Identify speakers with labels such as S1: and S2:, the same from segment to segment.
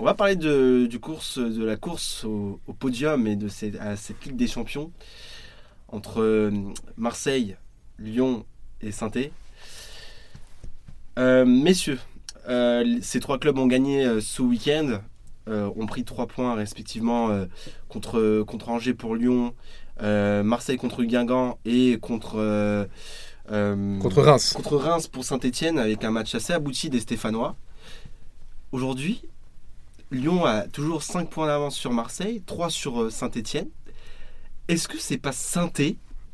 S1: On va parler de, du course, de la course au, au podium et de cette, à cette Ligue des Champions entre euh, Marseille, Lyon et saint euh, Messieurs, euh, ces trois clubs ont gagné euh, ce week-end, euh, ont pris trois points respectivement euh, contre, contre Angers pour Lyon, euh, Marseille contre Guingamp et contre, euh, euh,
S2: Contre Reims.
S1: contre Reims pour Saint-Etienne avec un match assez abouti des Stéphanois. Aujourd'hui, Lyon a toujours 5 points d'avance sur Marseille, 3 sur Saint-Etienne. Est-ce que c'est pas saint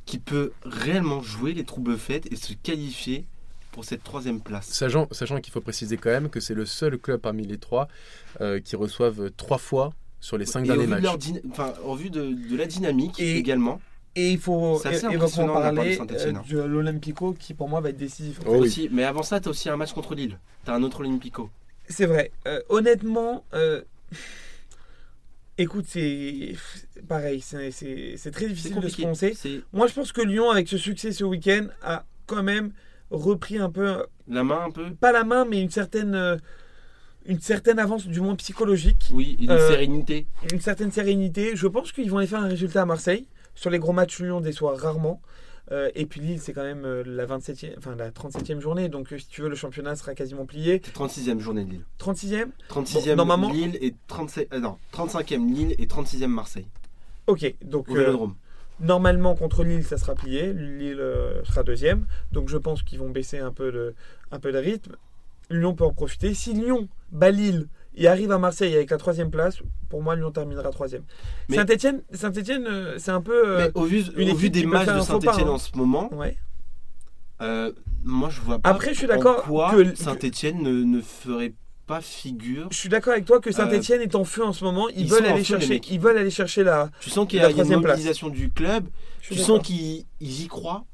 S1: qui peut réellement jouer les troubles faites et se qualifier pour cette troisième place
S2: Sachant, sachant qu'il faut préciser quand même que c'est le seul club parmi les trois euh, qui reçoivent trois fois sur les cinq
S1: Et au
S2: derniers
S1: vu de
S2: matchs.
S1: leur dyna- enfin, en vue de, de la dynamique
S3: Et-
S1: également,
S3: Et il faut
S1: C'est assez
S3: et- et
S1: impressionnant
S3: on
S1: de la
S3: va
S1: hein. part de
S3: parler
S1: Saint-Étienne,
S3: euh, de l'Olympico qui pour moi va être décisif.
S2: Oh oui.
S1: aussi, mais avant ça, tu as aussi un match contre Lille. Tu as un autre Olympico.
S3: C'est vrai. Euh, honnêtement, euh, écoute, c'est pareil, c'est- c'est c'est très
S1: C'est
S3: difficile de se
S1: compliqué.
S3: prononcer.
S1: C'est
S3: Moi, je pense que Lyon, avec ce succès ce week-end, a quand même repris un peu, euh,
S1: la main un peu.
S3: pas la main, mais une certaine, euh, une certaine avance, du moins psychologique,
S1: Oui, une
S3: Euh,
S1: sérénité.
S3: une certaine sérénité. Je pense qu'ils vont aller faire un résultat à Marseille. Sur les gros matchs, Lyon déçoit rarement. Euh, et puis Lille, c'est quand même euh, la, 27e, enfin, la 37e journée. Donc, euh, si tu veux, le championnat sera quasiment plié.
S1: 36e journée de Lille.
S3: 36e
S1: 36e
S3: Bon, normalement-
S1: Lille et 37, euh, non, 35e Lille et 36e Marseille.
S3: Ok, donc
S1: Au
S3: euh,
S1: Vélodrome.
S3: normalement contre Lille, ça sera plié. Lille euh, sera deuxième. Donc je pense qu'ils vont baisser un peu, de, un peu de rythme. Lyon peut en profiter. Si Lyon bat Lille et arrive à Marseille avec la troisième place, pour moi, Lyon terminera troisième.
S1: Mais-
S3: Saint-Etienne, Saint-Etienne euh, c'est un peu. euh,
S1: Mais au vu,
S3: une
S1: au vu
S3: équipe
S1: des
S3: qui peut
S1: matchs
S3: faire
S1: de
S3: un faux pas,
S1: Saint-Etienne
S3: hein.
S1: en ce moment,
S3: ouais.
S1: euh, moi je vois pas
S3: Après, je suis
S1: en
S3: d'accord
S1: quoi
S3: que-
S1: Saint-Etienne ne, ne ferait pas figure.
S3: Je suis d'accord avec toi que Saint-Etienne est en feu en ce moment. Ils,
S1: Euh, ils sont
S3: veulent
S1: en
S3: aller
S1: feu, les
S3: chercher.
S1: mecs.
S3: Ils veulent aller chercher la.
S1: Tu sens qu'il y
S3: La
S1: a, il y a une
S3: troisième place.
S1: mobilisation du club,
S3: Je suis
S1: tu
S3: d'accord.
S1: sens qu'ils ils y croient,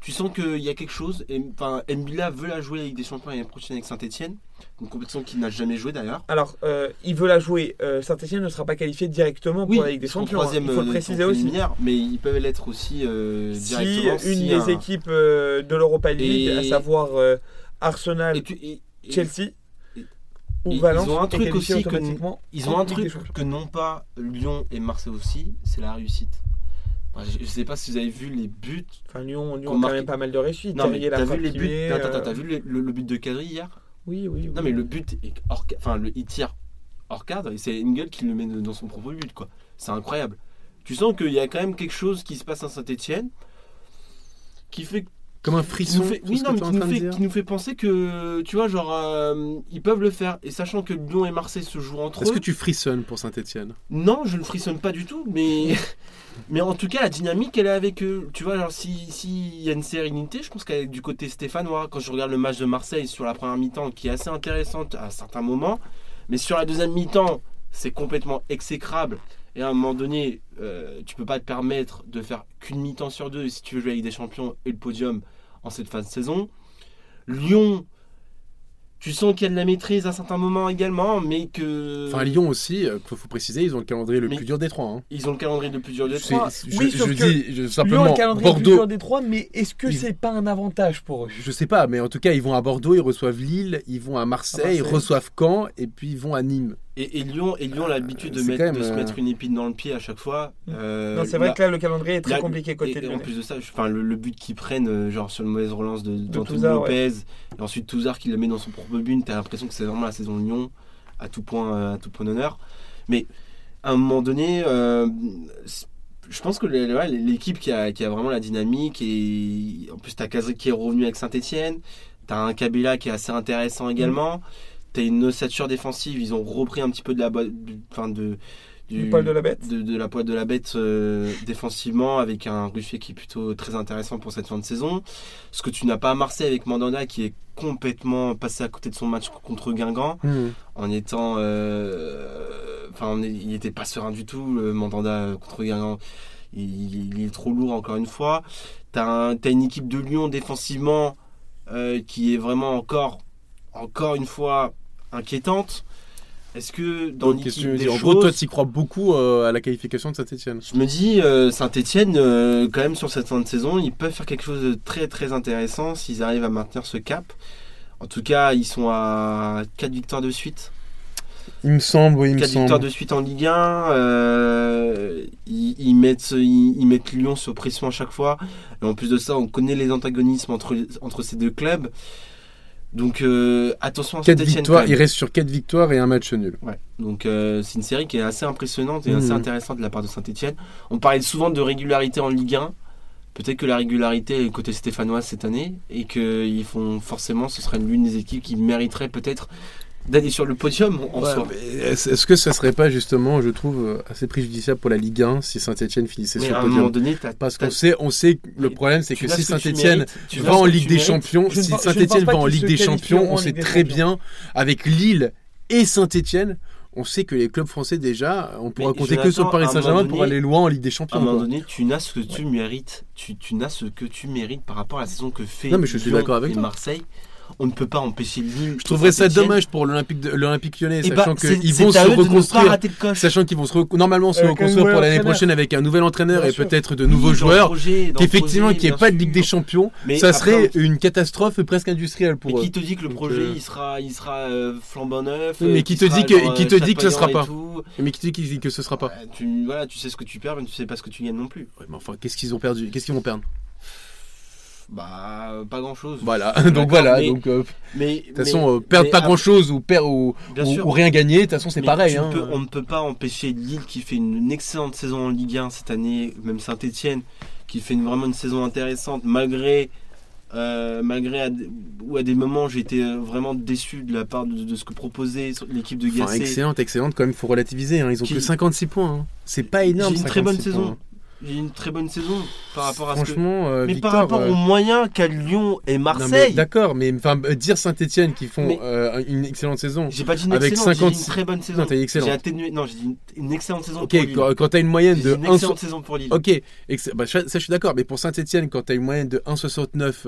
S1: tu sens qu'il y a quelque chose. Et, Enfin, Mbila veut la jouer avec des champions l'année prochaine avec Saint-Etienne, une compétition qu'il n'a jamais jouée d'ailleurs.
S3: Alors, euh, il veut la jouer. Euh, Saint-Etienne ne sera pas qualifié directement pour la Ligue des
S1: ils sont
S3: Champions. hein.
S1: troisième,
S3: Il faut
S1: euh,
S3: le
S1: de
S3: préciser
S1: son
S3: aussi.
S1: préliminaire, mais ils peuvent l'être aussi euh,
S3: si
S1: directement.
S3: une
S1: si
S3: des
S1: un-
S3: équipes euh, de l'Europa League,
S1: Et-
S3: à savoir euh, Arsenal,
S1: Et tu- et- et-
S3: Chelsea
S1: et-
S3: ou
S1: et
S3: Valence,
S1: ils ont un
S3: est
S1: truc
S3: qualifié
S1: aussi que-
S3: automatiquement
S1: Ils
S3: en
S1: ont un
S3: Ligue des
S1: truc
S3: Champions.
S1: que n'ont pas Lyon et Marseille aussi, c'est la réussite. Enfin, je ne sais pas si vous avez vu les buts.
S3: Enfin, Lyon, Lyon
S1: qu'on
S3: a quand
S1: marque.
S3: même pas mal de réussite.
S1: Non, mais
S3: Terrier l'a
S1: t'as vu les
S3: frappé,
S1: buts. Attends, attends,
S3: euh,
S1: t'as vu le, le- le but de Kadri hier
S3: Oui, oui, oui.
S1: Non, mais le but est hors, ca- enfin, le, il tire hors cadre et c'est Engel qui le met dans son propre but, quoi. C'est incroyable. Tu sens qu'il y a quand même quelque chose qui se passe à Saint-Etienne qui fait
S2: Comme un
S1: qui nous
S2: frisson.
S1: fait,
S2: tout
S1: oui,
S2: ce
S1: non,
S2: que
S1: mais
S2: t'es en
S1: qui nous,
S2: train de
S1: fait,
S2: dire.
S1: qui nous fait penser que, tu vois, genre, euh, ils peuvent le faire. Et sachant que Lyon et Marseille se jouent entre
S2: Est-ce
S1: eux,
S2: que tu frissonnes pour Saint-Etienne
S1: non, je ne frissonne pas du tout, mais, mais en tout cas, la dynamique, elle est avec eux. Tu vois, genre, si- s'il y a une sérénité, je pense qu'elle est du côté stéphanois. Quand je regarde le match de Marseille sur la première mi-temps, qui est assez intéressante à certains moments, mais sur la deuxième mi-temps, c'est complètement exécrable. Et à un moment donné, euh, tu peux pas te permettre de faire qu'une mi-temps sur deux si tu veux jouer avec des champions et le podium en cette fin de saison. Lyon, tu sens qu'il y a de la maîtrise à certains moments également, mais que.
S2: Enfin, Lyon aussi, il faut, faut préciser, ils ont le calendrier le
S1: Euh, mais-
S2: plus dur des trois. hein.
S1: Ils ont le calendrier de plusieurs de
S2: C'est-
S1: trois.
S2: Je,
S3: Oui,
S2: je
S3: sauf que
S2: dis je-
S3: Lyon a
S2: simplement,
S3: le calendrier le plus
S2: Bordeaux,
S3: dur des trois, mais est-ce que
S2: Ils-
S3: c'est pas un avantage pour eux
S2: je sais pas, mais en tout cas, ils vont à Bordeaux, ils reçoivent Lille, ils vont à Marseille,
S3: Marseille.
S2: ils reçoivent Caen, et puis ils vont à Nîmes.
S1: Et, et Lyon, et Lyon a l'habitude de,
S2: c'est
S1: mettre-
S2: quand même,
S1: de se
S2: euh,
S1: mettre une épine dans le pied à chaque fois.
S3: Mm.
S1: Euh,
S3: Non, c'est vrai
S1: là-
S3: que là, le calendrier est
S1: là,
S3: très compliqué côté
S1: et- et
S3: de
S1: en
S3: Lyon.
S1: plus de ça, je- enfin, le, le but qu'ils prennent, euh, genre sur une mauvaise relance de, d'Anthony
S3: Touzard,
S1: Lopez, et ensuite Touzard qui le met dans son propre but, t'as l'impression que c'est vraiment la saison de Lyon à tout point, euh, à tout point d'honneur. Mais à un moment donné, euh, c'est- je pense que le- le- ouais, l'équipe qui a, qui a vraiment la dynamique, et en plus t'as Kazri qui est revenu avec Saint-Etienne, t'as un Kabila qui est assez intéressant
S3: Mm.
S1: également, t'as une ossature défensive, ils ont repris un petit peu de la bonne. du- Enfin, de.
S3: Du poil de la bête.
S1: De, de la poil de la bête euh, défensivement, avec un Ruffier qui est plutôt très intéressant pour cette fin de saison. Ce que tu n'as pas à Marseille avec Mandanda qui est complètement passé à côté de son match contre Guingamp en étant. euh, Enfin, on est- il n'était pas serein du tout, le Mandanda euh, contre Guingamp. Il, il est trop lourd encore une fois. T'as un- t'as une équipe de Lyon défensivement euh, qui est vraiment encore, encore une fois inquiétante. Est-ce que dans l'équipe
S2: Donc, qu'est-ce que tu veux
S1: des
S2: dire En gros, toi,
S1: choses-
S2: tu crois beaucoup euh, à la qualification de Saint-Etienne.
S1: je me dis, Saint-Etienne, quand même sur cette fin de saison, ils peuvent faire quelque chose de très très intéressant s'ils arrivent à maintenir ce cap. En tout cas, ils sont à 4 victoires de suite.
S2: Il me semble, oui, il me
S1: 4 victoires
S2: semble.
S1: de suite en Ligue 1. euh, ils, ils mettent, ils, ils mettent Lyon sous pression à chaque fois. Et en plus de ça, on connaît les antagonismes entre, entre ces deux clubs. Donc euh, attention à
S2: Quatre
S1: Saint-Étienne,
S2: victoires,
S1: quand
S2: il
S1: même.
S2: reste sur 4 victoires et un match nul.
S1: Ouais. Donc euh, c'est une série qui est assez impressionnante et
S2: Mhm.
S1: assez intéressante de la part de Saint-Etienne. On parlait souvent de régularité en Ligue 1. Peut-être que la régularité est côté stéphanois cette année et qu'ils font forcément, ce serait l'une des équipes qui mériterait peut-être d'aller sur le podium en
S2: Ouais,
S1: soi.
S2: mais Est-ce est-ce que ça serait pas justement, je trouve, euh, assez préjudiciable pour la Ligue 1 si Saint-Etienne finissait
S1: Mais
S2: sur
S1: à
S2: le
S1: un
S2: podium
S1: moment donné, t'as-
S2: Parce
S1: t'as-
S2: qu'on sait, on sait, que le
S1: Tu-
S2: problème c'est
S1: tu
S2: que
S1: vas
S2: si
S1: ce que tu
S2: Saint-Etienne
S1: mérites, tu vas
S2: va
S1: ce
S2: en
S1: que
S2: Ligue
S1: tu
S2: des
S1: mérites.
S2: Champions,
S3: Je ne
S2: si
S3: pense- je ne
S2: Saint-Etienne
S3: pense
S2: va
S3: pas
S2: en
S3: qu'ils
S2: Ligue
S3: se
S2: des Champions,
S3: qualifieront en
S2: on sait
S3: Ligue des
S2: très
S3: Champions.
S2: bien avec Lille et Saint-Etienne. On sait que les clubs français déjà, on pourra
S1: Mais
S2: compter que
S1: Jonathan,
S2: sur Paris
S1: à un moment
S2: Saint-Germain pour
S1: donné-
S2: aller loin en Ligue des
S1: À un
S2: Champions.
S1: moment
S2: quoi.
S1: donné, tu n'as ce que tu mérites. Tu, tu n'as ce que tu mérites par rapport à la saison que fait
S2: Non, mais je suis
S1: Lyon
S2: d'accord avec
S1: et
S2: toi.
S1: Marseille. On ne peut pas empêcher Lille.
S2: Je trouverais ça
S1: Saint-Étienne.
S2: dommage pour l'Olympique de- l'Olympique Lyonnais,
S1: Eh ben,
S2: sachant
S1: c'est-
S2: qu'ils
S1: c'est
S2: vont
S1: à
S2: se
S1: eux de ne pas
S2: reconstruire.
S1: rater le coche.
S2: Sachant qu'ils vont se recon- normalement se
S3: Avec un
S2: reconstruire
S3: nouvel
S2: pour l'année
S3: entraîneur.
S2: prochaine avec un nouvel entraîneur
S3: Bien
S2: et
S3: sûr.
S2: peut-être de
S1: Oui, dans
S2: nouveaux
S1: le
S2: joueurs,
S1: projet, dans le
S2: qu'effectivement
S1: projet,
S2: qu'il n'y ait
S1: bien
S2: pas de
S1: sûr.
S2: Ligue des Champions,
S1: Mais
S2: ça
S1: après,
S2: serait
S1: on-
S2: une catastrophe presque industrielle
S1: Mais
S2: pour eux.
S1: qui te dit que le
S2: Donc,
S1: projet
S2: euh,
S1: il sera, il sera euh, flambant neuf
S2: Oui, mais
S1: euh,
S2: qui
S1: qu'il
S2: te
S1: sera
S2: dit que-
S1: genre,
S2: qui
S1: euh,
S2: te dit que ce sera
S1: chatoyant
S2: pas.
S1: et tout.
S2: Mais qui te dit que ce sera pas
S1: Euh, tu, voilà, tu sais ce que tu perds, mais tu sais pas ce que tu gagnes non plus.
S2: Ouais, mais enfin, qu'est-ce qu'ils ont perdu Qu'est-ce qu'ils vont perdre
S1: Bah, euh, pas grand chose.
S2: Voilà,
S1: D'accord,
S2: donc voilà.
S1: mais-
S2: donc, euh, de
S1: Mais de
S2: toute façon, euh, perdre pas grand-chose ou, perdre ou,
S1: Bien
S2: ou-
S1: sûr.
S2: ou rien gagner, de toute façon, c'est
S1: Mais
S2: pareil.
S1: tu
S2: hein.
S1: peux- on ne peut pas empêcher Lille qui fait une, une excellente saison en Ligue 1 cette année, même Saint-Etienne qui fait une- vraiment une saison intéressante malgré, euh, malgré à, des- où à des moments j'ai été euh, vraiment déçu de la part de, de ce que proposait sur- l'équipe de
S2: Enfin,
S1: Gasset.
S2: excellente, excellente, quand même, faut relativiser. hein. Ils ont
S1: Qui-
S2: que 56 points. hein. C'est pas énorme.
S1: J'ai une très bonne
S2: 56
S1: saison.
S2: points.
S1: Il y a une très bonne saison par rapport à ce que.
S2: Franchement, euh,
S1: Mais
S2: victoire.
S1: par rapport
S2: euh,
S1: aux moyens qu'a Lyon et
S2: non, mais
S1: Marseille,
S2: D'accord, mais enfin, euh, dire Saint-Etienne qui font
S1: Mais-
S2: euh, une excellente saison.
S1: j'ai pas dit une
S2: Avec
S1: excellente, j'ai dit
S2: 56
S1: une très bonne saison.
S2: Non, t'as dit excellente.
S1: J'ai atténué. Non, j'ai dit une, une excellente saison
S2: Ok,
S1: pour Lille.
S2: quand, quand t'as une
S1: J'ai
S2: moyenne
S1: dit
S2: de
S1: une
S2: 1 sur
S1: excellente saison pour Lille.
S2: Ok, et que c'est- bah, ça, ça, je suis d'accord, mais pour Saint-Etienne, quand tu as une moyenne de 1,69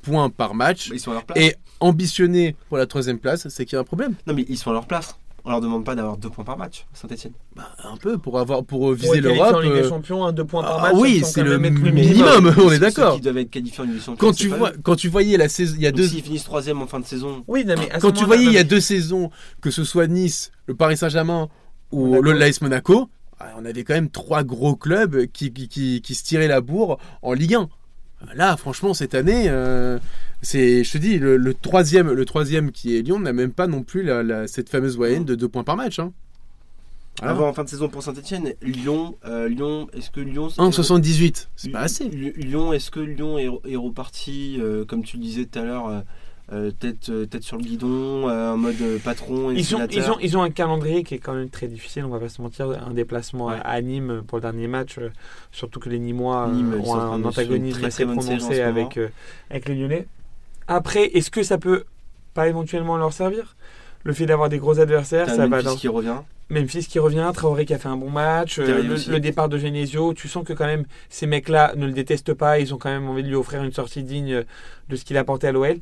S2: points par match,
S1: Ils sont à leur place.
S2: et ambitionné pour la troisième place, c'est qu'il y a un problème.
S1: Non, mais ils sont à leur place. On leur demande pas d'avoir deux points par match, Saint-Etienne.
S2: Bah, un peu, pour, avoir, pour euh,
S3: Pour
S2: viser
S3: être qualifié en
S2: l'Europe.
S3: Ligue
S2: euh,
S3: des Champions, un deux points par
S2: ah
S3: match. ça
S2: oui,
S3: me semble
S2: c'est
S3: quand
S2: le
S3: même être
S2: minimum. on est d'accord.
S1: Qui doivent être qualifiés en Ligue des Champions.
S2: quand,
S1: c'est
S2: tu
S1: pas
S2: vois,
S1: eux.
S2: quand tu voyais la saison, il y a
S1: Donc,
S2: deux,
S1: S'ils finissent troisième en fin de saison,
S3: Oui, non, mais à ce
S2: quand tu
S3: moment-là,
S2: voyais il y a
S3: non,
S2: deux saisons, que ce soit Nice, le Paris Saint-Germain ou
S3: Monaco.
S2: le l'AS Monaco, ah, on avait quand même trois gros clubs qui, qui, qui- qui se tiraient la bourre en Ligue 1. Là, franchement, cette année, euh, c'est, je te dis, le, le troisième, le troisième qui est Lyon n'a même pas non plus la- la- cette fameuse moyenne de deux points par match. Hein. Voilà.
S1: avant en fin de saison pour Saint-Etienne, Lyon, euh, Lyon, est-ce que Lyon.
S2: 1,78, c'est pas assez.
S1: Lyon- Lyon, est-ce que Lyon est, est reparti, euh, comme tu le disais tout à l'heure, euh, euh, tête, euh, tête sur le guidon, euh, en mode euh, patron,
S3: Ils ont, ils,
S1: dessinateur
S3: ont, ils ont un calendrier qui est quand même très difficile, on va pas se mentir. Un déplacement à-
S1: Ouais.
S3: à Nîmes pour le dernier match, euh, surtout que les Nîmois euh,
S1: Nîmes, ils
S3: ont
S1: sont en train
S3: un
S1: de
S3: antagonisme
S1: se-
S3: assez
S1: une très, très bonne
S3: prononcé
S1: série en ce
S3: avec, euh, avec les Lyonnais. Après, est-ce que ça peut pas éventuellement leur servir Le fait d'avoir des gros adversaires,
S1: T'as
S3: ça va
S1: Memphis
S3: dans.
S1: qui revient.
S3: Memphis qui revient, Traoré qui a fait un bon match, euh,
S1: Terrible aussi.
S3: le, le départ de Genesio, tu sens que quand même ces mecs-là ne le détestent pas, ils ont quand même envie de lui offrir une sortie digne euh, de ce qu'il a apporté à l'OL.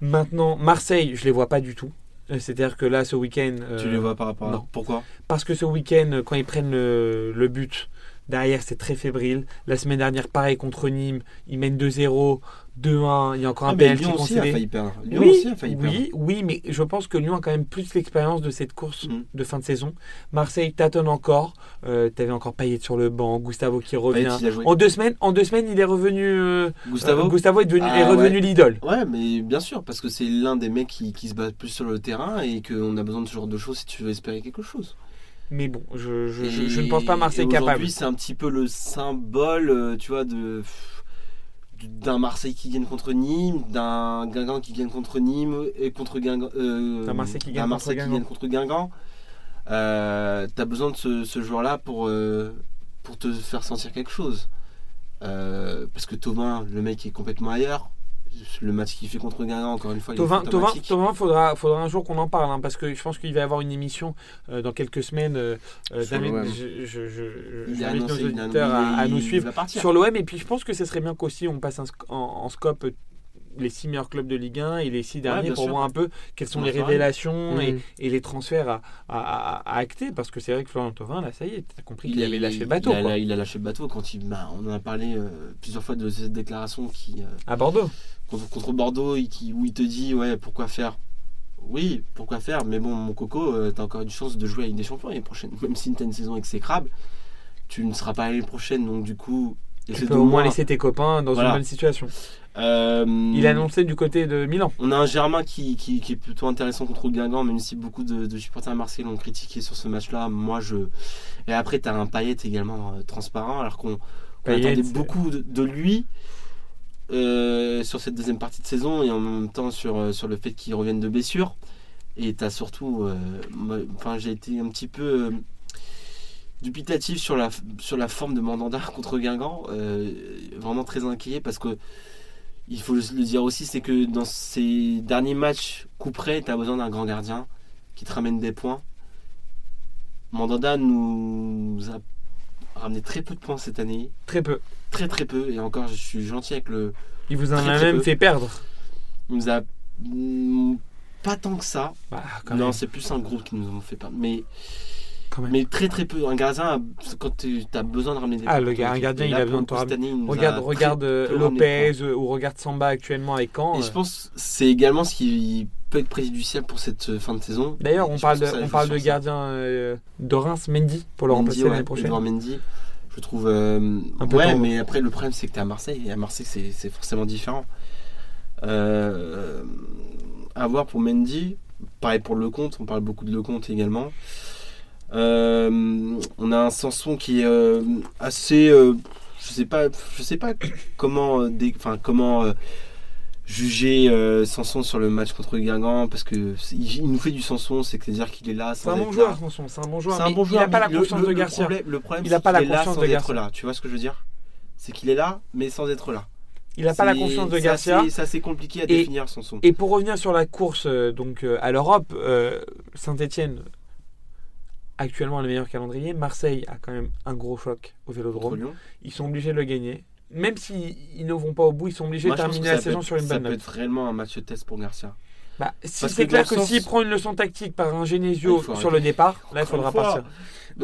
S3: Maintenant, Marseille, je les vois pas du tout. Euh, C'est-à-dire que là, ce week-end, euh,
S1: Tu les vois par rapport à.
S3: non.
S1: Pourquoi
S3: parce que ce week-end, euh, quand ils prennent le, le but, derrière, c'est très fébrile. La semaine dernière, pareil contre Nîmes, ils mènent 2-0, 2-1, il y a encore un
S1: Ah, mais
S3: penalty
S1: Lyon aussi a
S3: concédé.
S1: failli perdre. Lyon
S3: oui,
S1: aussi a failli perdre.
S3: oui, oui, mais je pense que Lyon a quand même plus l'expérience de cette course
S1: Mhm.
S3: de fin de saison. Marseille tâtonne encore. Euh, T'avais encore Payet sur le banc, Gustavo qui revient.
S1: Payet, il a joué.
S3: En deux semaines, en deux semaines, il est revenu. euh, euh,
S1: Gustavo
S3: Gustavo est, devenu,
S1: Ah,
S3: est revenu
S1: ouais.
S3: l'idole.
S1: Ouais, mais bien sûr, parce que c'est l'un des mecs qui, qui se bat le plus sur le terrain et qu'on a besoin de ce genre de choses si tu veux espérer quelque chose.
S3: Mais bon, je, je- je-
S1: Et-
S3: je ne pense pas Marseille
S1: et
S3: capable.
S1: Aujourd'hui, c'est un petit peu le symbole, euh, tu vois, de pff, d'un Marseille qui gagne contre Nîmes, d'un Guingamp qui gagne contre Nîmes et contre Guingamp. euh,
S3: D'un Marseille qui gagne
S1: d'un
S3: contre
S1: Marseille qui
S3: Guingamp.
S1: gagne contre Guingamp. Euh, T'as besoin de ce, ce joueur-là pour, euh, pour te faire sentir quelque chose. Euh, parce que Thauvin, le mec est complètement ailleurs. Le match qu'il fait contre Guingamp, encore une fois, il est
S3: Tovin, Tovin,
S1: fantomatique.
S3: Tovin, faudra, faudra un jour qu'on en parle, hein, parce que je pense qu'il va y avoir une émission euh, dans quelques semaines. euh, euh,
S2: Sur
S3: David,
S2: l'OM.
S3: je- je- je-
S1: Il a
S3: J'invite nos
S1: annoncé- il a-
S3: auditeurs à, à
S1: il
S3: nous suivre
S1: va partir.
S3: sur l'OM. Et puis, je pense que ce serait bien qu'aussi on passe un sc- en, en scope euh, les six meilleurs clubs de Ligue 1 et les six derniers
S1: bien
S3: pour
S1: sûr.
S3: voir un peu quelles sont
S1: On
S3: les
S1: fera.
S3: révélations
S1: Mmh.
S3: et,
S2: Mhm.
S3: et les transferts à, à- à- à acter parce que c'est vrai que Florian Thauvin là ça y est t'as compris qu'il
S1: est-
S3: avait lâché le bateau
S1: Il a,
S3: quoi,
S1: il a lâché le bateau quand il. bah, on en a parlé euh, plusieurs fois de cette déclaration qui euh,
S3: à Bordeaux
S1: contre, contre Bordeaux et qui, où il te dit ouais pourquoi faire oui, pourquoi faire Mais bon, mon coco, euh, t'as encore une chance de jouer avec des champions l'année prochaine. Même si t'as une saison exécrable, tu ne seras pas l'année prochaine, donc du coup,
S3: Tu
S1: essaie
S3: peux
S1: d'au
S3: au moins laisser tes copains dans
S1: Voilà.
S3: une bonne situation.
S1: Euh,
S3: Il a annoncé du côté de Milan.
S1: On a un Germain qui, qui, qui est plutôt intéressant contre Guingamp, même si beaucoup de, de supporters marseillais l'ont critiqué sur ce match-là. Moi, je. Et après, t'as un Payet également euh, transparent, alors qu'on qu'on
S3: Payet,
S1: attendait
S3: c'est-
S1: beaucoup de, de lui euh, sur cette deuxième partie de saison et en même temps sur, euh, sur le fait qu'il revienne de blessure. Et t'as surtout. euh, moi- Enfin, j'ai été un petit peu. euh, dubitatif sur la, sur la forme de Mandanda contre Guingamp. euh, vraiment très inquiet parce que il faut le dire aussi, c'est que dans ces derniers matchs coup près, tu as besoin d'un grand gardien qui te ramène des points. Mandanda nous a ramené très peu de points cette année.
S3: Très peu.
S1: Très très peu. Et encore, je suis gentil avec le.
S3: Il vous en
S1: Très,
S3: a
S1: très
S3: même
S1: peu.
S3: fait perdre.
S1: Il nous a. mm, Pas tant que ça.
S3: Bah, quand
S1: non,
S3: même,
S1: c'est plus un groupe qui nous ont fait perdre. Mais,
S3: quand même.
S1: mais très très peu. Un gardien, quand tu as besoin de ramener des
S3: Ah,
S1: points.
S3: le gars- un gardien,
S1: Et
S3: il
S1: là,
S3: a
S1: pour
S3: besoin
S1: le
S3: de
S1: coup,
S3: te
S1: cette année, il nous a
S3: Regarde,
S1: très
S3: regarde euh,
S1: peu ramené de
S3: Lopez euh, ou regarde Samba actuellement avec Caen. euh,
S1: Et je pense que c'est également ce qui peut être préjudiciable pour cette euh, fin de saison.
S3: D'ailleurs,
S1: Et
S3: on
S1: je
S3: parle
S1: pense
S3: de,
S1: que ça
S3: on
S1: joue
S3: parle
S1: sur
S3: de
S1: ça.
S3: gardien euh, de Reims, Mendy, pour le remplacer
S1: Mendy, ouais,
S3: l'année prochaine.
S1: Edouard Mendy, je trouve. euh,
S3: Un peu
S1: ouais,
S3: tendre.
S1: mais après, le problème, c'est que t'es à Marseille. Et à Marseille, c'est c'est forcément différent. Euh, à voir pour Mendy. Pareil pour le compte. On parle beaucoup de le compte également. Euh, on a un Sanson qui est euh, assez. euh, je sais pas, je sais pas comment, euh, dé- enfin comment euh, juger euh, Sanson sur le match contre Guingamp parce que c'est- il, il nous fait du Sanson, c'est à dire qu'il est là.
S3: C'est
S1: sans
S3: un
S1: être
S3: bon
S1: là.
S3: joueur, François, c'est un bon joueur.
S1: C'est un
S3: mais
S1: bon joueur.
S3: il n'a pas
S1: mais
S3: la
S1: le-
S3: confiance
S1: le-
S3: de
S1: le
S3: Garcia.
S1: problème- Le problème,
S3: Il
S1: c'est
S3: a pas
S1: qu'il
S3: la
S1: est là
S3: confiance
S1: sans
S3: de
S1: être
S3: Garcia.
S1: là. Tu vois ce que je veux dire C'est qu'il est là, mais sans être là.
S3: Il n'a pas la
S1: C'est-
S3: confiance de
S1: c'est
S3: Garcia.
S1: assez- C'est assez compliqué à définir son son.
S3: Et pour revenir sur la course euh, donc euh, à l'Europe, Saint-Etienne, actuellement le meilleur calendrier. Marseille a quand même un gros choc au
S1: Contre
S3: Vélodrome.
S1: Lyon.
S3: Ils sont obligés de le gagner. Même s'ils ils ne vont pas au bout, ils sont obligés
S1: Moi,
S3: de
S1: je pense que
S3: terminer
S1: ça
S3: la
S1: peut
S3: saison
S1: être-
S3: sur une
S1: Ça
S3: bonne
S1: peut
S3: note.
S1: être réellement un match test pour Garcia.
S3: Bah, si-
S1: Parce
S3: c'est
S1: que dans
S3: clair
S1: le
S3: que
S1: sens-
S3: s'il prend une leçon tactique par un
S1: Ah,
S3: Genesio
S1: il faut
S3: sur le départ, là il
S1: Encore
S3: faudra
S1: une fois.
S3: partir. Là,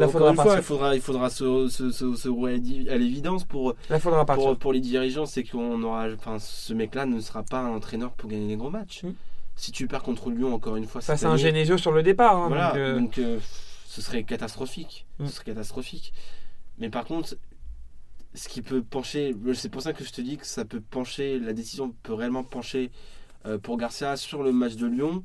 S1: Encore
S3: faudra
S1: une fois,
S3: partir.
S1: il faudra, il faudra se, se, se- se rouer à di- à l'évidence pour,
S3: Là faudra partir.
S1: pour, pour les dirigeants, c'est qu'on aura, enfin, ce mec-là ne sera pas un entraîneur pour gagner les gros matchs.
S3: Mm.
S1: Si tu perds contre Lyon encore une fois,
S3: Ça,
S1: cette
S3: c'est un
S1: année,
S3: Genesio sur le départ. hein,
S1: Voilà,
S3: donc, euh,
S1: donc euh, ce serait catastrophique.
S3: Mm.
S1: Ce serait catastrophique. Mais par contre, ce qui peut pencher, c'est pour ça que je te dis que ça peut pencher, la décision peut réellement pencher euh, pour Garcia sur le match de Lyon.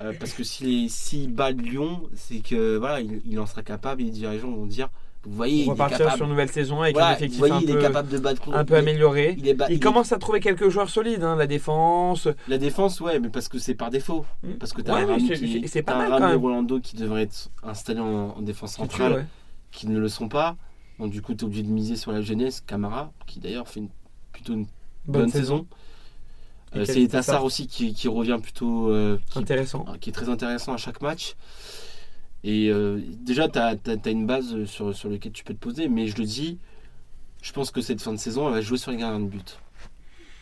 S1: Euh, parce que s'il est- s'il bat Lyon, c'est que voilà, il, il en sera capable et les dirigeants vont dire Vous voyez,
S3: on
S1: il
S3: va
S1: est
S3: partir
S1: capable.
S3: sur une nouvelle saison avec un
S1: Voilà, vous
S3: effectif
S1: voyez,
S3: un
S1: il est
S3: peu,
S1: capable de battre contre-
S3: un peu amélioré.
S1: il est ba-
S3: Il
S1: il est-
S3: commence à trouver quelques joueurs solides, hein, la défense.
S1: La défense, ouais, mais parce que c'est par défaut.
S3: Mm.
S1: Parce que t'as
S3: Ouais,
S1: un
S3: mais
S1: Rami
S3: c'est-
S1: qui-
S3: c'est- c'est pas
S1: t'as un
S3: mal,
S1: Rami
S3: quand
S1: et
S3: même.
S1: Rolando qui devraient être installés en, en défense
S3: qui tue,
S1: centrale.
S3: ouais.
S1: qui ne le sont pas. Donc du coup, tu es obligé de miser sur la jeunesse, Camara, qui d'ailleurs fait une- plutôt une bonne, saison.
S3: Et
S1: Euh,
S3: quel-
S1: c'est Tassar aussi qui, qui revient plutôt, euh, qui,
S3: Intéressant.
S1: qui est très intéressant à chaque match. Et euh, déjà, tu as, une base sur, sur laquelle tu peux te poser, mais je le dis, je pense que cette fin de saison, elle va jouer sur les gardiens de but.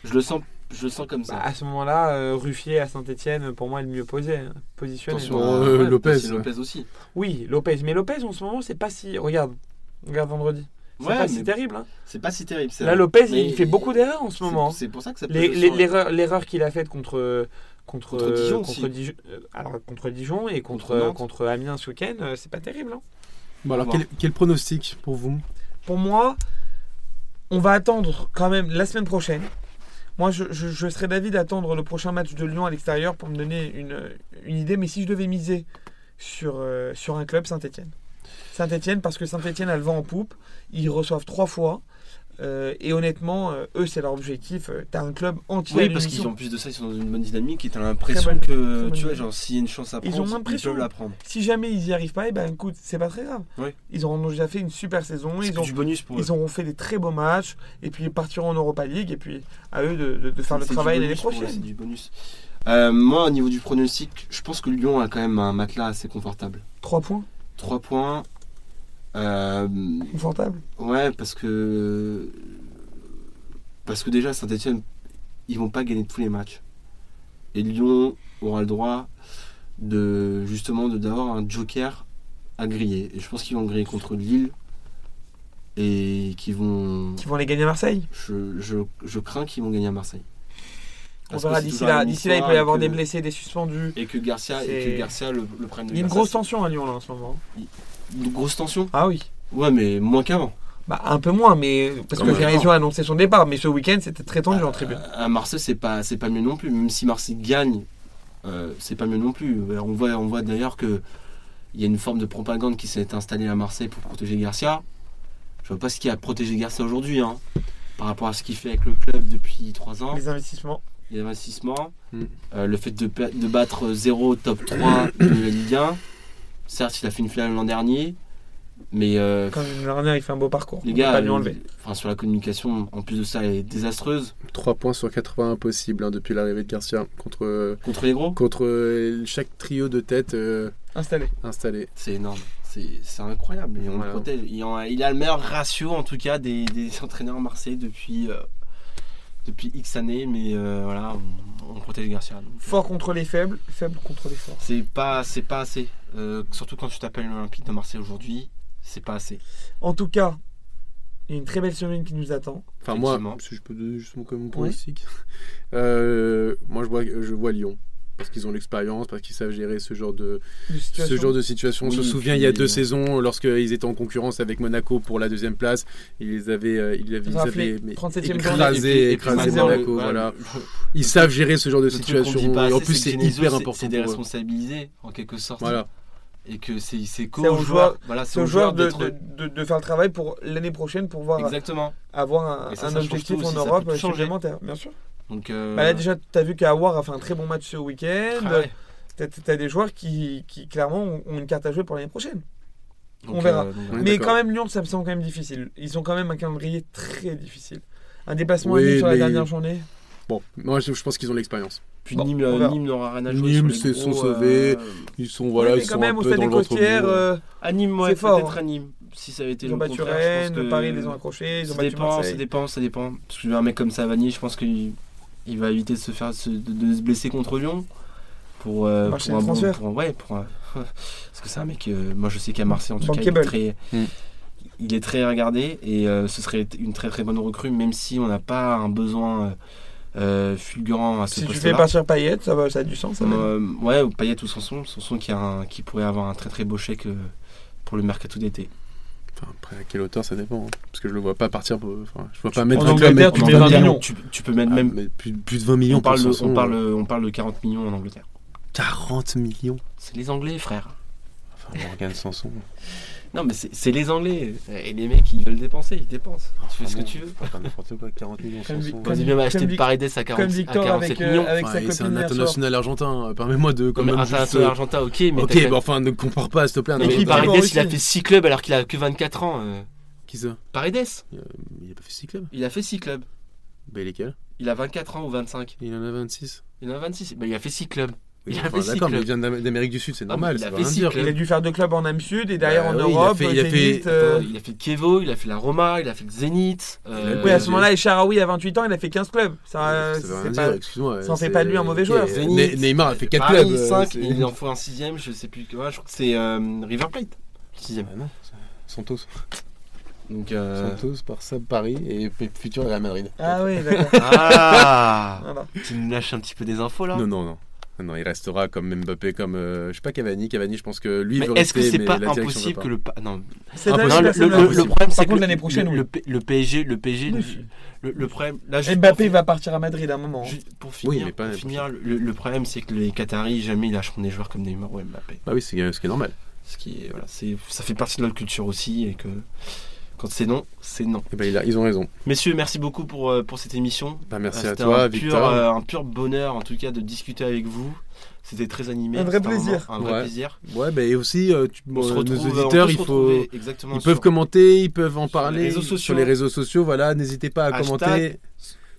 S1: Je le sens, je le sens comme ça.
S3: Bah, à ce moment-là, euh, Ruffier à Saint-Etienne, pour moi, est le mieux posé, hein, positionné.
S1: Attention
S2: Bon,
S1: à-
S2: euh,
S1: ouais,
S2: Lopez,
S1: c'est
S2: ouais.
S1: Lopez aussi.
S3: Oui, Lopez. Mais Lopez, en ce moment, c'est pas si. Regarde, regarde vendredi. C'est
S1: Ouais,
S3: pas
S1: mais
S3: si terrible. hein.
S1: c'est pas si terrible. c'est
S3: Là,
S1: vrai.
S3: Lopez, il,
S1: Mais-
S3: fait beaucoup d'erreurs en ce
S1: C'est-
S3: moment. hein.
S1: C'est pour ça que ça peut
S3: Les-
S1: jouer
S3: les-
S1: sur-
S3: L'erreur l'erreur qu'il a faite contre. Contre,
S1: Contre Dijon aussi.
S3: Dijon- euh, alors, contre Dijon et contre,
S1: Contre Nantes.
S3: contre Amiens ce week-end, euh, c'est pas terrible. hein.
S2: Bon, alors,
S1: On va
S2: quel, quel pronostic pour vous
S3: pour moi, on va attendre quand même la semaine prochaine. Moi, je, je- je serais d'avis d'attendre le prochain match de Lyon à l'extérieur pour me donner une, une idée. Mais si je devais miser sur, euh, sur un club, Saint-Etienne. Saint-Etienne, parce que Saint-Etienne a le vent en poupe. Ils reçoivent trois fois. Euh, et honnêtement, euh, eux, c'est leur objectif. Euh, T'as un club entier. à
S1: Oui, parce
S3: l'unisson.
S1: qu'ils en plus de ça, ils sont dans une bonne dynamique et t'as l'impression
S3: bonne-
S1: que,
S3: bonne
S1: tu vois,
S3: dynamique.
S1: genre, s'il y a une chance à
S3: Ils
S1: prendre,
S3: ont l'impression.
S1: peuvent la prendre.
S3: Si jamais ils n'y arrivent pas, eh ben, écoute, c'est pas très grave.
S1: Ouais.
S3: Ils auront déjà fait une super saison.
S1: C'est
S3: Ils ont
S1: du bonus pour eux.
S3: Ils auront fait des très beaux matchs et puis ils partiront en Europa League et puis à eux de, de- de faire le
S1: C'est du
S3: travail l'année
S1: bonus pour eux, C'est
S3: prochaine.
S1: du bonus. Euh, moi, au niveau du pronostic, je pense que Lyon a quand même un matelas assez confortable.
S3: 3 points,
S1: 3 points. Euh,
S3: confortable.
S1: ouais, parce que. Parce que déjà, Saint-Etienne, ils vont pas gagner tous les matchs. Et Lyon aura le droit de justement de d'avoir un joker à griller. Et je pense qu'ils vont griller contre Lille et qu'ils vont
S3: Qui vont les gagner à Marseille
S1: je, je- je crains qu'ils vont gagner à Marseille.
S3: On
S1: Parce que
S3: verra
S1: c'est
S3: d'ici
S1: toujours
S3: là.
S1: la même
S3: D'ici là, il
S1: histoire
S3: peut y
S1: et
S3: avoir
S1: que-
S3: des blessés, des suspendus.
S1: Et que Garcia, et
S3: C'est-
S1: que Garcia le, le prenne.
S3: Il y a une
S1: Garcia,
S3: grosse tension à Lyon là en ce moment.
S1: c'est une grosse tension.
S3: Ah oui.
S1: Ouais, mais moins qu'avant.
S3: Bah, un peu moins, mais parce
S1: Quand
S3: que
S1: même.
S3: Ferrizio a annoncé son départ, mais ce week-end c'était très
S1: Ah,
S3: tendu en tribune.
S1: Euh, À, à Marseille, c'est pas, c'est pas mieux non plus. Même si Marseille gagne, euh, c'est pas mieux non plus. Alors, on voit, on voit d'ailleurs que il y a une forme de propagande qui s'est installée à Marseille pour protéger Garcia. Je vois pas ce qu'il y a à protéger Garcia aujourd'hui, hein, par rapport à ce qu'il fait avec le club depuis 3 ans.
S3: Les investissements.
S1: les investissements,
S2: Mm.
S1: euh, le fait de, pa- de battre 0 top 3 de la Ligue 1. Certes, il a fait une finale l'an dernier, mais euh,
S3: Quand l'année dernière, il fait un beau parcours.
S1: les
S3: on peut
S1: gars,
S3: pas lui
S1: euh,
S3: enlever.
S1: enfin, sur la communication, en plus de ça, elle est désastreuse
S2: 3 points sur 80 possibles hein, depuis l'arrivée de Garcia contre, euh,
S1: contre les gros.
S2: contre euh, chaque trio de tête euh,
S3: Installé.
S2: installé.
S1: C'est énorme, c'est c'est incroyable. Et on
S2: Voilà.
S1: le protège. Il, en a, il a le meilleur ratio, en tout cas, des, des entraîneurs marseillais depuis, euh, depuis X années, mais euh, voilà, on, on protège Garcia. donc, euh,
S3: Fort contre les faibles, faible contre les forts.
S1: C'est pas, c'est pas assez. Euh, surtout quand tu t'appelles l'Olympique de Marseille aujourd'hui, c'est pas assez.
S3: En tout cas, il y a une très belle semaine qui nous attend.
S2: Enfin, moi,
S1: Effectivement.
S2: si je peux donner juste mon comme
S3: Oui.
S2: pronostic, euh, moi je vois, je vois Lyon. Parce qu'ils ont l'expérience, parce qu'ils savent gérer ce genre de,
S3: De
S2: ce
S3: situation.
S2: genre de situation.
S1: Oui,
S2: On se
S1: et
S2: souvient,
S1: puis-
S2: il y a deux saisons, lorsqu'ils étaient en concurrence avec Monaco pour la deuxième place, ils les avaient, euh, ils les avaient- ils
S3: Raflé,
S2: avaient mais,
S3: 37e
S1: Et puis-
S2: écrasés,
S1: et puis
S2: écrasés
S1: maintenant,
S2: Monaco.
S1: le-
S2: Voilà.
S1: le-
S2: Ils savent gérer ce genre de
S1: le truc qu'on
S2: situation.
S1: dit pas
S2: Et en
S1: assez,
S2: plus,
S1: que
S2: c'est
S1: Genesio,
S2: hyper
S1: c'est-
S2: important.
S1: C'est
S2: pour eux.
S1: déresponsabilisé en quelque sorte.
S2: Voilà.
S1: Et que c'est c'est
S3: C'est
S1: qu'aux
S3: aux
S1: joueurs.
S3: joueurs-
S1: Voilà, c'est
S3: C'est
S1: aux
S3: aux
S1: joueurs
S3: joueurs de,
S1: d'être.
S3: de- de- de faire le travail pour l'année prochaine pour voir
S1: Exactement.
S3: avoir un,
S1: Et ça,
S3: un
S1: ça change
S3: objectif
S1: tout
S3: en
S1: aussi, ça
S3: Europe
S1: peut tout changer.
S3: supplémentaire. Bien sûr.
S1: Donc. euh,
S3: Bah là, déjà, tu as vu qu'Awar a fait un très bon match ce
S1: ah
S3: week-end.
S1: ouais.
S3: T'as as des joueurs qui, qui, clairement ont ont une carte à jouer pour l'année prochaine.
S1: Donc,
S3: on verra.
S1: euh, donc,
S2: On est
S1: voilà.
S3: Mais
S2: d'accord.
S3: quand même, Lyon, ça me semble quand même difficile. Ils ont quand même un calendrier très difficile. Un déplacement
S2: Oui,
S3: à Lille sur la
S2: mais-
S3: dernière journée.
S2: Bon, moi, je, je pense qu'ils ont l'expérience.
S1: Puis
S3: Bon,
S1: Nîmes
S3: on verra.
S1: euh, Nîmes n'aura rien à jouer.
S2: Nîmes,
S1: sur les
S2: se sont
S1: gros, euh,
S2: sauvés. Ils sont, voilà,
S3: Oui, mais
S2: ils
S3: quand
S2: sont
S3: même,
S2: un
S3: au
S2: peu
S3: stade
S2: dans
S3: des
S2: le ventre
S3: Côtières,
S2: mou.
S3: euh,
S1: À Nîmes, ouais,
S3: C'est fort,
S1: peut-être
S3: hein.
S1: à Nîmes. Si ça avait été
S3: ils
S1: le
S3: ont battu
S1: contraire, je
S3: Rennes,
S1: pense que-
S3: Paris les ont accrochés, ils ont
S1: Ça
S3: battu
S1: dépend, ça
S3: Marseille.
S1: dépend, ça dépend. Parce que un mec comme Savani, je pense qu'il il va éviter de se faire se- de, de se blesser contre Lyon pour, euh,
S3: Marché
S1: pour
S3: de
S1: un bon-
S3: transfert.
S1: pour un- ouais, pour un- parce que c'est un mec. euh, moi, je sais qu'à Marseille, en tout cas, il est
S3: Bankable.
S1: très,
S2: Mm.
S1: il est très regardé et euh, ce serait une très très bonne recrue, même si on n'a pas un besoin euh, euh, fulgurant à ce
S3: Si tu fais
S1: poste-là.
S3: partir Payet, ça, va, ça a du sens. ça va.
S1: Euh, ouais, ou Payet ou Sanson, Sanson qui a un- qui pourrait avoir un très très beau chèque euh, pour le mercato d'été.
S2: Enfin, après, à quelle hauteur, ça dépend. hein. Parce que je le vois pas partir. pour- Enfin, je vois pas
S1: En
S2: mettre un
S3: Angleterre,
S2: club
S3: tu
S1: En
S3: mets
S2: mettre-
S3: 20
S1: Angleterre,
S3: millions.
S1: Tu, tu peux mettre
S2: Ah,
S1: même
S2: mais plus, plus de 20 millions.
S1: On parle,
S2: pour
S1: de,
S2: Sanson,
S1: on, parle,
S2: euh,
S1: on parle de 40 millions en Angleterre.
S2: 40 millions.
S1: C'est les Anglais, frère.
S2: Enfin, Morgan Sanson.
S1: Non, mais c'est c'est les Anglais. Et les mecs, ils veulent dépenser, ils dépensent. Tu fais ce que tu veux.
S2: Enfin, n'importe quoi, 40 millions.
S3: Comme-
S2: Sanson.
S1: Quand ils viennent acheter
S3: Vic-
S1: Paredes à, 40,
S3: Comme
S1: à
S3: Victor
S1: 47
S3: avec, euh,
S1: millions.
S3: avec
S2: Enfin,
S3: sa
S2: et
S3: copine.
S2: c'est un
S3: hier soir.
S2: international argentin. euh, Permets-moi de. quand
S1: Comme
S2: même
S1: international
S2: juste- euh,
S1: argentin, ok, mais,
S2: Ok,
S1: t'as-
S2: bah, enfin, ne compare pas, s'il te plaît. un
S1: mais
S3: Équipe
S2: Argentin.
S1: Paredes,
S3: Mauricie.
S1: il a fait 6 clubs alors qu'il a que 24 ans. euh.
S2: Qui ça
S1: Paredes,
S2: Euh, Il a pas fait 6 clubs
S1: il a fait 6 clubs.
S2: Bah, lesquels
S1: Il a 24 ans ou 25.
S2: Il en a 26.
S1: Il en a 26. Ben, il a fait 6 clubs. Il a fait six
S2: D'accord, mais
S1: clubs.
S2: il vient d'Am- d'Amérique du Sud, c'est
S1: mais
S2: normal.
S1: il a
S2: ça veut
S1: fait
S2: rien
S1: six
S2: dire.
S1: clubs.
S3: Il a dû faire deux clubs en âme sud et derrière
S2: Bah
S3: en
S2: oui, il a
S3: Europe.
S2: fait- il a
S3: Zenit,
S2: fait-
S3: euh,
S1: Attends, Il a fait Kevo, il a fait la Roma, il a fait le Zénith. euh,
S2: le-
S3: Oui, à
S2: il
S3: ce
S2: a-
S3: moment-là, et Sharaoui à 28 ans, il a fait 15 clubs. Ça,
S2: Ça
S3: euh,
S2: veut rien
S3: c'est
S2: dire,
S3: pas-
S2: excuse-moi.
S3: ça en fait
S2: c'est-
S3: pas de lui un mauvais
S2: ok,
S3: joueur.
S2: Ne-
S1: Zénith,
S2: Neymar a fait 4
S1: Paris,
S2: clubs. euh,
S1: 5,
S2: c'est-
S1: il en faut un 6ème, je sais plus. Ouais, je crois que c'est euh, River Plate. 6ème.
S2: Ah non, c'est- Santos.
S1: Donc. euh,
S2: Santos, Barça, Paris et et futur Real Madrid.
S3: Ah oui, d'accord.
S1: Ah
S3: Voilà.
S1: Tu nous lâches un petit peu des infos là
S2: Non, non, non. Non, non, il restera comme Mbappé, comme euh, je sais pas Cavani. Cavani, je pense que lui
S1: Mais
S2: veut
S1: est-ce que
S2: rester,
S1: c'est
S2: mais
S1: pas
S2: la direction veut
S1: impossible
S2: pas.
S1: que le pa- non,
S3: Cette
S2: Ah,
S3: année,
S2: parce-
S1: non, le,
S3: personne
S1: le-
S3: n'a-
S1: le- le
S2: impossible.
S1: problème c'est
S3: contre,
S1: que
S3: l'année
S1: le-
S3: prochaine,
S1: le,
S3: oui.
S1: le P- le PSG le PSG le,
S3: Oui.
S1: le- le problème là juste
S3: Mbappé
S1: pour,
S3: va partir à Madrid à un moment.
S1: ju- pour
S2: Oui,
S1: finir,
S2: mais pas
S1: pour
S2: l'année
S1: finir, le, le problème c'est que les Qataris jamais ils lâcheront des joueurs comme Neymar ou Mbappé.
S2: Bah oui, c'est ce qui est normal.
S1: Ce qui est voilà, c'est ça fait partie de notre culture aussi et que quand c'est non, c'est non.
S2: Et bah, il a- ils ont raison.
S1: Messieurs, merci beaucoup pour euh, pour cette émission.
S2: Bah, merci
S1: Euh,
S2: à
S1: c'était
S2: toi,
S1: un Pur,
S2: Victor.
S1: euh, un pur bonheur en tout cas de discuter avec vous. C'était très animé.
S3: Un vrai
S1: c'était moment-
S3: plaisir.
S1: Un vrai
S2: Ouais.
S1: plaisir.
S2: Ouais, bah, et aussi, euh, tu-
S1: On
S2: bon,
S1: se
S2: nos
S1: retrouve, on
S2: auditeurs,
S1: peut se
S2: il faut.
S1: retrouver exactement
S2: Ils peuvent
S1: sur
S2: commenter, ils peuvent en
S1: sur les
S2: parler
S1: réseaux sociaux.
S2: sur les réseaux sociaux. Voilà, n'hésitez pas à
S1: Hashtag
S2: commenter.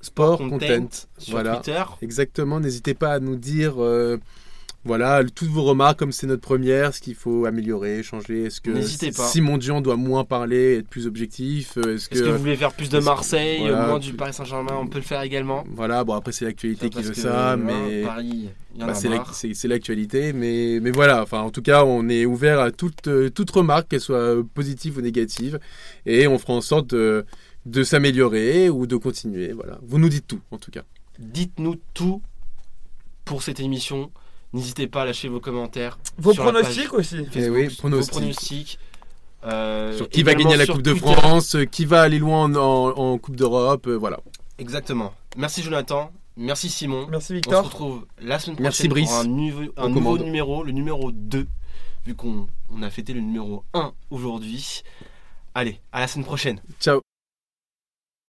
S2: Sport
S1: content
S2: content.
S1: sur
S2: Voilà.
S1: Twitter.
S2: Exactement, n'hésitez pas à nous dire euh, voilà, toutes vos remarques, comme c'est notre première, ce qu'il faut améliorer, changer. Est-ce que
S1: N'hésitez pas.
S2: Simon Dion doit moins parler, être plus objectif euh, Est-ce que.
S1: Est-ce que vous voulez faire plus de
S2: est-ce que-
S1: Marseille,
S2: voilà,
S1: moins du
S2: plus-
S1: Paris Saint-Germain On peut le faire également.
S2: Voilà, bon, après, c'est l'actualité qui
S1: Parce
S2: veut
S1: que,
S2: ça,
S1: hein,
S2: mais.
S1: Paris, il y en
S2: bah,
S1: a
S2: c'est l'ac-
S1: marre.
S2: c'est c'est l'actualité, mais, mais voilà, enfin, en tout cas, on est ouvert à toute, euh, toute remarque, qu'elle soit euh, positive ou négative, euh, et on fera en sorte de, de s'améliorer ou de continuer. Voilà, vous nous dites tout, en tout cas.
S1: Dites-nous tout pour cette émission. N'hésitez pas à lâcher vos commentaires.
S3: Vos
S1: sur la page
S3: pronostics aussi.
S2: Eh
S1: Facebook,
S2: oui,
S1: Vos
S2: pronostics.
S1: pronostics. Euh,
S2: Sur qui va gagner la
S1: également
S2: Coupe
S1: sur
S2: de
S1: Twitter.
S2: France, euh, qui va aller loin en, en- en Coupe d'Europe, euh, voilà.
S1: Exactement. Merci Jonathan. Merci Simon. On
S3: Merci
S1: se
S3: Victor.
S1: retrouve la semaine prochaine
S2: Merci, Brice.
S1: pour un, nouveau- un
S2: On
S1: nouveau
S2: commande.
S1: numéro, le numéro 2, vu qu'on on a fêté le numéro 1 aujourd'hui. Allez, à la semaine prochaine.
S2: Ciao.